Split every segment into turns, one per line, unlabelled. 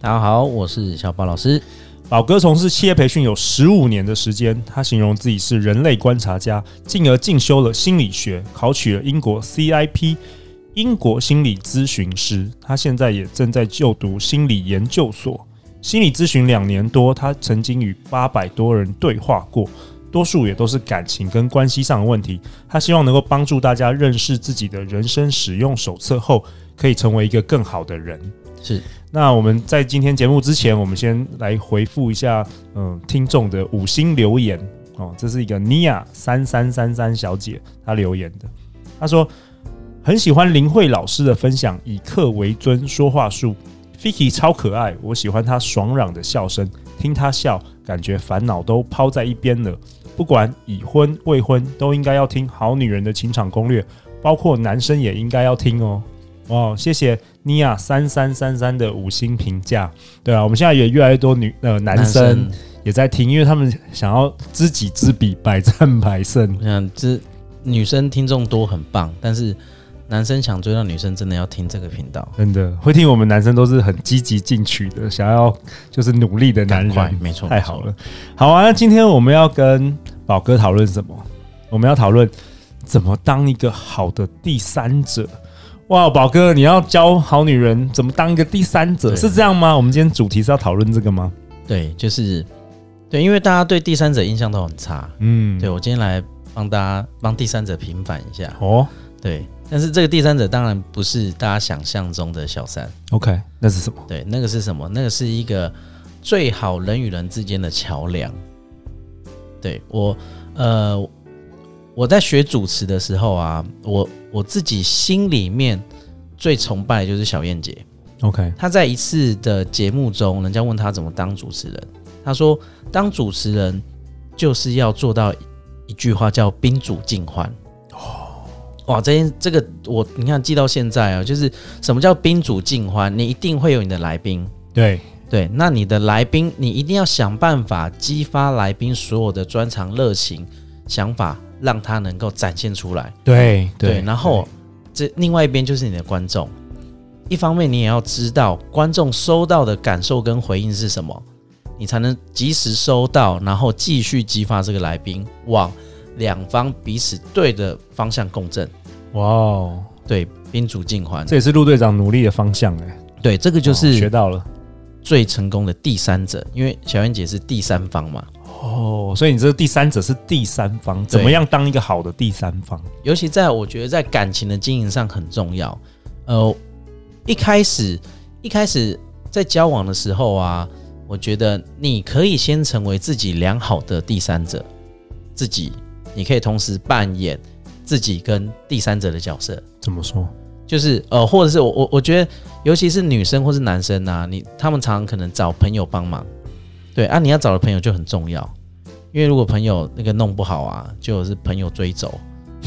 大家好，我是小宝老师。
宝哥从事企业培训有十五年的时间，他形容自己是人类观察家，进而进修了心理学，考取了英国 CIP 英国心理咨询师。他现在也正在就读心理研究所，心理咨询两年多，他曾经与八百多人对话过，多数也都是感情跟关系上的问题。他希望能够帮助大家认识自己的人生使用手册后，可以成为一个更好的人。
是，
那我们在今天节目之前，我们先来回复一下，嗯，听众的五星留言哦。这是一个尼亚三三三三小姐她留言的，她说很喜欢林慧老师的分享，以客为尊说话术。Fiki 超可爱，我喜欢她爽朗的笑声，听她笑，感觉烦恼都抛在一边了。不管已婚未婚，都应该要听《好女人的情场攻略》，包括男生也应该要听哦。哦，谢谢妮亚三三三三的五星评价。对啊，我们现在也越来越多女呃男生也在听，因为他们想要知己知彼，百战百胜。
我想这女生听众多很棒，但是男生想追到女生，真的要听这个频道。
真的会听我们男生都是很积极进取的，想要就是努力的男
赶快
人，
没错
太好了。好啊，那今天我们要跟宝哥讨论什么？我们要讨论怎么当一个好的第三者。哇，宝哥，你要教好女人怎么当一个第三者，
对
是这样吗？我们今天主题是要讨论这个吗？
对，就是对，因为大家对第三者印象都很差。
嗯，
对我今天来帮大家帮第三者平反一下。
哦
对，但是这个第三者当然不是大家想象中的小三。
，OK，那是什么？
对，那个是什么？那个是一个最好人与人之间的桥梁。对我，呃，我在学主持的时候啊，我我自己心里面最崇拜的就是小燕姐。
OK，
她在一次的节目中，人家问她怎么当主持人，她说当主持人就是要做到一句话叫宾主尽欢。哇，这件这个我你看记到现在啊，就是什么叫宾主尽欢？你一定会有你的来宾，
对，
对，那你的来宾，你一定要想办法激发来宾所有的专长、热情、想法，让他能够展现出来。
对，
然后这另外一边就是你的观众，一方面你也要知道观众收到的感受跟回应是什么，你才能及时收到，然后继续激发这个来宾往两方彼此对的方向共振，
哇哦，
对，宾主尽欢。
这也是陆队长努力的方向哎，
对，这个就
哦学
是
到了
最成功的第三者，因为小燕姐是第三方嘛。
哦。所以你这个第三者是第三方，怎么样当一个好的第三方？
尤其在我觉得在感情的经营上很重要。呃，一开始一开始在交往的时候啊，我觉得你可以先成为自己良好的第三者，自己你可以同时扮演自己跟第三者的角色，
怎么说？
就是呃，或者是我我我觉得，尤其是女生或是男生啊，你他们常常可能找朋友帮忙，对啊，你要找的朋友就很重要，因为如果朋友那个弄不好啊，就是朋友追走。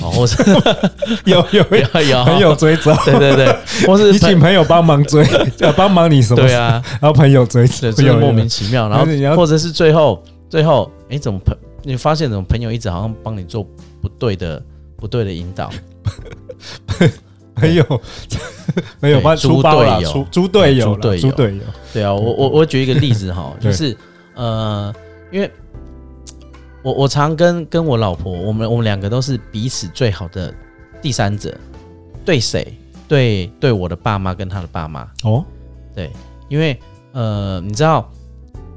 哦，或是
有有
有 有
朋友追责，
对对 对，或是
你
朋
请朋友帮忙追，要帮忙你什么？
对，啊，
然后朋友追责
对，，真
有
的
有
莫名其妙。然后
但是你要
或者是最后最后，哎，怎么朋你发现怎么朋友一直好像帮你做不对的不对的引 导？
朋友 朋友帮
对
出包了，
猪队友
出猪队友
猪
了，
队友
猪队友，
对啊，我我我举一个例子哈，
对
就是呃，因为我我常跟跟我老婆，我们我们两个都是彼此最好的第三者，对谁？对对，我的爸妈跟他的爸妈，
哦，
对，因为呃，你知道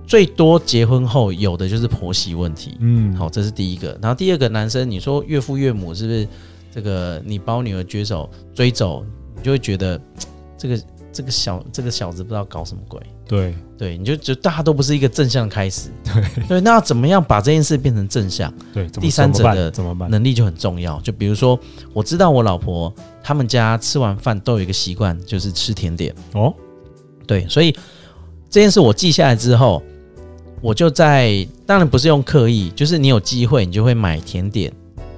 最多结婚后有的就是婆媳问题，
嗯，
好，这是第一个。然后第二个，男生你说岳父岳母是不是这个你把我女儿追走追走，你就会觉得嘖这个这个小这个小子不知道搞什么鬼，
对，
对，你就觉得大家都不是一个正向的开始，对对。那要怎么样把这件事变成正向？
对，怎么
第三者的
怎么办？怎么办
能力就很重要。就比如说，我知道我老婆他们家吃完饭都有一个习惯，就是吃甜点，
哦，
对，所以这件事我记下来之后，我就在当然不是用刻意，就是你有机会你就会买甜点，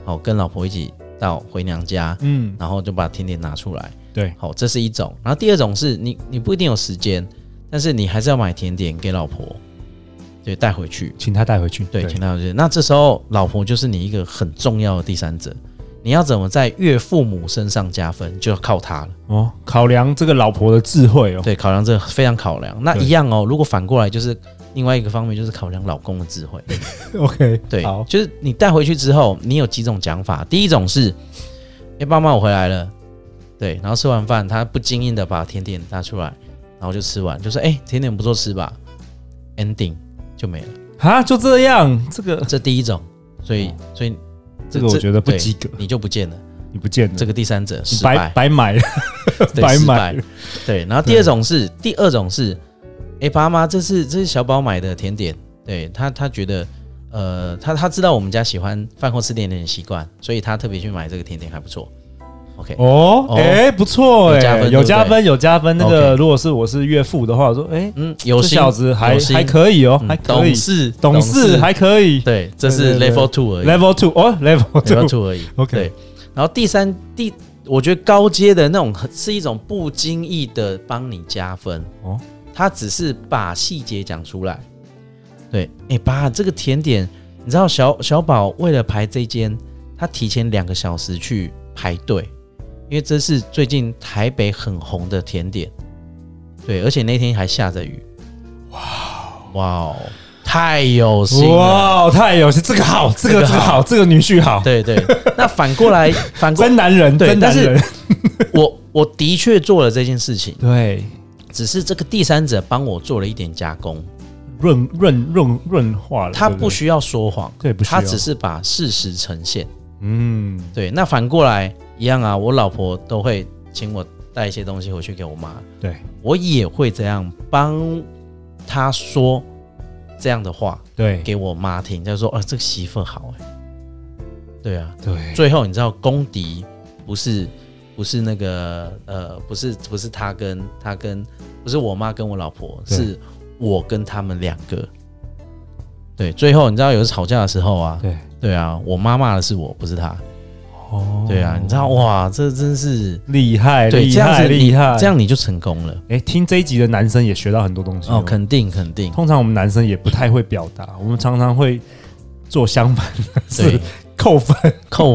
好跟老婆一起到回娘家，
嗯，
然后就把甜点拿出来。
对，
好，这是一种。然后第二种是你你不一定有时间，但是你还是要买甜点给老婆，对，带回去。
请他带回去。
对，请带回去。那这时候老婆就是你一个很重要的第三者，你要怎么在岳父母身上加分，就要靠他了。
哦，考量这个老婆的智慧哦。
对，考量这个非常考量。那
对
一样哦，如果反过来就是另外一个方面，就是考量老公的智慧。
OK，嗯
对
好，，
就是你带回去之后，你有几种讲法。第一种是，哎、爸妈，我回来了。对，然后吃完饭，他不经意的把甜点拿出来，然后就吃完，就说：“哎、甜点不错吃吧？”Ending 就 没了。
啊，就这样，这个
这第一种，所以所以
哦这个我觉得不及格，
你就不见了。
你不见了，
这个第三者
你
失
白
败，
白买了，
对
白
失
买
败。对，然后第二种是，第二种是，哎、爸妈，这是这是小宝买的甜点，对他他觉得，呃，他他知道我们家喜欢饭后吃甜点的习惯，所以他特别去买这个甜点还不错。OK，、
哦，
哦
哎，不错
有加
哎，
分
有
对不
加
对
分，有加分。那个
OK
如果是我是岳父的话，我说，哎，
嗯，有
这
心
小子还
有心
还可以哦，
嗯
还可以
懂，事
懂事还可以
对，这是
对对对
Level Two 而已
，Level Two 哦，Level
，Level
Two，
Two 而已。
OK
对，然后第三第，我觉得高阶的那种是一种不经意的帮你加分
哦
哦，他只是把细节讲出来。对，哎、爸，这个甜点，你知道小小宝为了排这间，他提前两个小时去排队，因为这是最近台北很红的甜点。对，而且那天还下着雨。哇哇哦，太有心了。
哇，太有趣，这个好，这个
这个
这个好，这个女婿好，
对对，那反过来，反过来
真男人，
对
真男人，
我我的确做了这件事情，
对，
只是这个第三者帮我做了一点加工，
润润润润化了，
他
对不
不
对
需要说谎，
对不需要
他只是把事实呈现。
嗯，
对，那反过来一样啊，我老婆都会请我带一些东西回去给我妈，
对
我也会这样帮她说这样的话
对
给我妈听，就说啊，这个媳妇好哎、对啊，
对，
最后你知道公敌不是不是那个呃不是不是他跟他跟不是我妈跟我老婆，
对
是我跟他们两个。对，最后你知道有一次吵架的时候啊，
对
对啊，我妈骂的是我，不是他。
哦
对啊，你知道哇，这真是
厉害，
对
厉
这样
害，
子你
厉害。
这，样你就成功了
哎，听这一集的男生也学到很多东西
哦，肯定肯定，
通常我们男生也不太会表达，我们常常会做相反的
对
事，， 扣分。
扣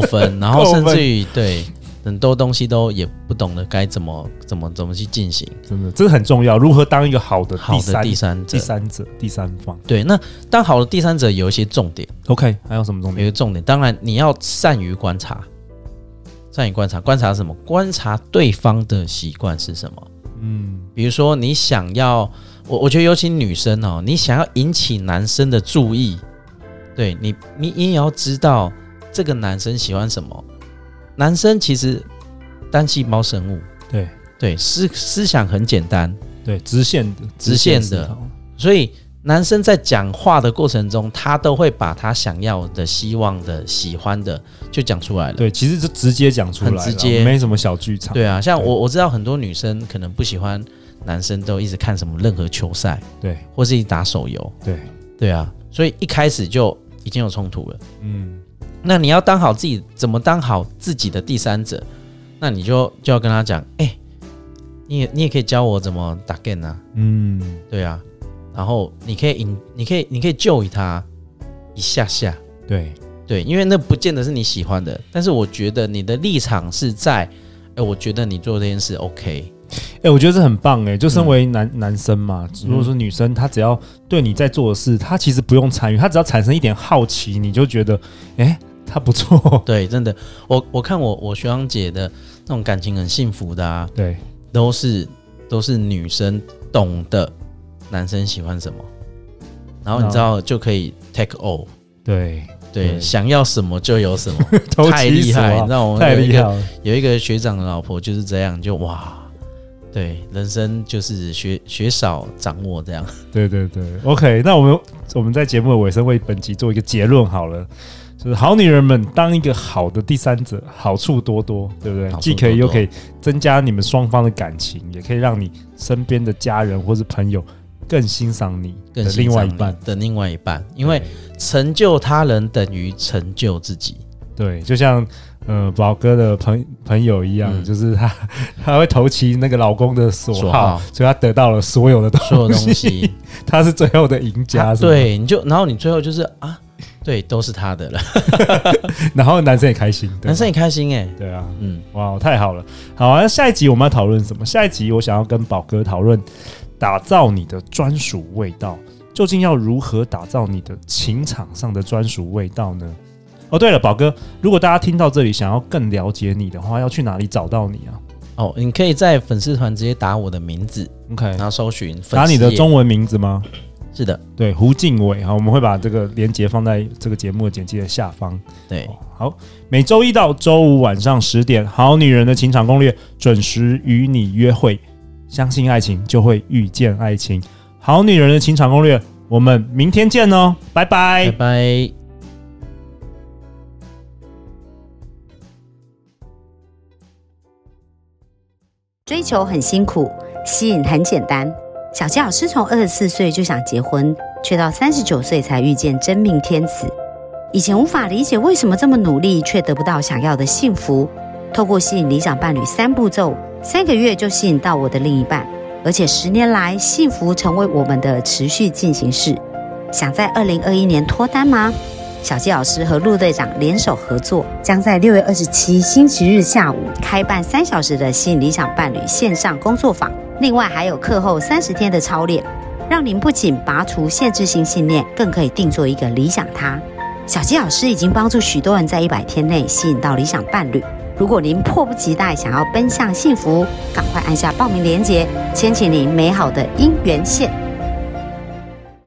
分，然
扣
后
分
甚至于对很多东西都也不懂得该怎么怎么怎么去进行
真的，这个很重要。如何当一个好的
好
第
的
三
第三者
第。三者、第三方
对，那当好的第三者有一些重点，
？OK，还有什么重
有一
点？
个重点，当然你要善于观察，善于观察，观察什么？观察对方的习惯是什么？
嗯，
比如说你想要，我我觉得尤其女生哦，你想要引起男生的注意，对你，你也要知道这个男生喜欢什么。男生其实单细胞生物，
对
对思思想很简单，
对，直线的，
直线的
思考
所以男生在讲话的过程中，他都会把他想要的、希望的、喜欢的就讲出来了。
对，其实就直接讲出来了，
很直接
没什么小剧场。
对啊，像
对
我我知道很多女生可能不喜欢男生都一直看什么任何球赛，
对
或是一直打手游，
对，
对啊，所以一开始就已经有冲突了。
嗯，
那你要当好自己，怎么当好自己的第三者？那你就就要跟他讲，哎、你也你也可以教我怎么打 game 啊，
嗯，
对啊，然后你可以引，你可以你可以救他一下下，
对
对，因为那不见得是你喜欢的，但是我觉得你的立场是在，哎、我觉得你做这件事 OK，
哎、我觉得这很棒哎、就身
嗯
为男、男生嘛，如果说女生，她只要对你在做的事，她其实不用参与，她只要产生一点好奇，你就觉得，哎、她不错，
对，真的，我我看我我学长姐的那种感情很幸福的啊，
对，
都是都是女生懂得男生喜欢什么，然后你知道就可以 take all，
对，
对，
对
想要什么就有什么，
投
太
其
厉
所
害，
好
你知道我们
太
有一
厉
个
害了，
有一个学长的老婆就是这样，就哇，对，人生就是学学少掌握这样。
对对对，OK，那我们我们在节目的尾声为本集做一个结论好了。就是好女人们，当一个好的第三者，好处多多，对不对？
好处
既可以
多多
又可以增加你们双方的感情，也可以让你身边的家人或是朋友更欣赏你的
更欣
另外
赏
一
你
半，
的另外一半，因为成就他人等于成就 自己。
对，就像呃宝哥的朋朋友一样，
嗯
就是他 他会投其那个老公的所好，
所好
所以他得到了所有的东西，
所有东西，
他是最后的赢家，
啊
是吗，
对，你就然后你最后就是啊，对，都是他的了，
啊然后男生也开心，对吧
男生也开心哎、
对啊，
嗯，
哇，太好了，好啊，那下一集我们要讨论什么？下一集我想要跟宝哥讨论，打造你的专属味道，究竟要如何打造你的情场上的专属味道呢？哦，对了，宝哥，如果大家听到这里想要更了解你的话，要去哪里找到你啊
哦，你可以在粉丝团直接打我的名字，
？OK，
然后搜寻粉丝
打你的
页
中文名字吗？
是的，
对，胡敬伟好，我们会把这个连接放在这个节目的简介的下方。哦
对，
好，每周一到周五晚上十点，《好女人的情场攻略》准时与你约会。相信爱情，就会遇见爱情。《好女人的情场攻略》，我们明天见哦，拜拜
拜拜。
追求很辛苦，吸引很简单。小纪老师从二十四岁就想结婚，却到三十九岁才遇见真命天子。以前无法理解为什么这么努力却得不到想要的幸福。透过吸引理想伴侣三步骤，三个月就吸引到我的另一半，而且十年来幸福成为我们的持续进行式。想在二零二一年脱单吗？小纪老师和陆队长联手合作，将在六月二十七星期日下午开办三小时的吸引理想伴侣线上工作坊，另外还有课后三十天的操练，让您不仅拔除限制性信念，更可以定做一个理想他。小纪老师已经帮助许多人在一百天内吸引到理想伴侣。如果您迫不及待想要奔向幸福，赶快按下报名链接，牵起您美好的姻缘线。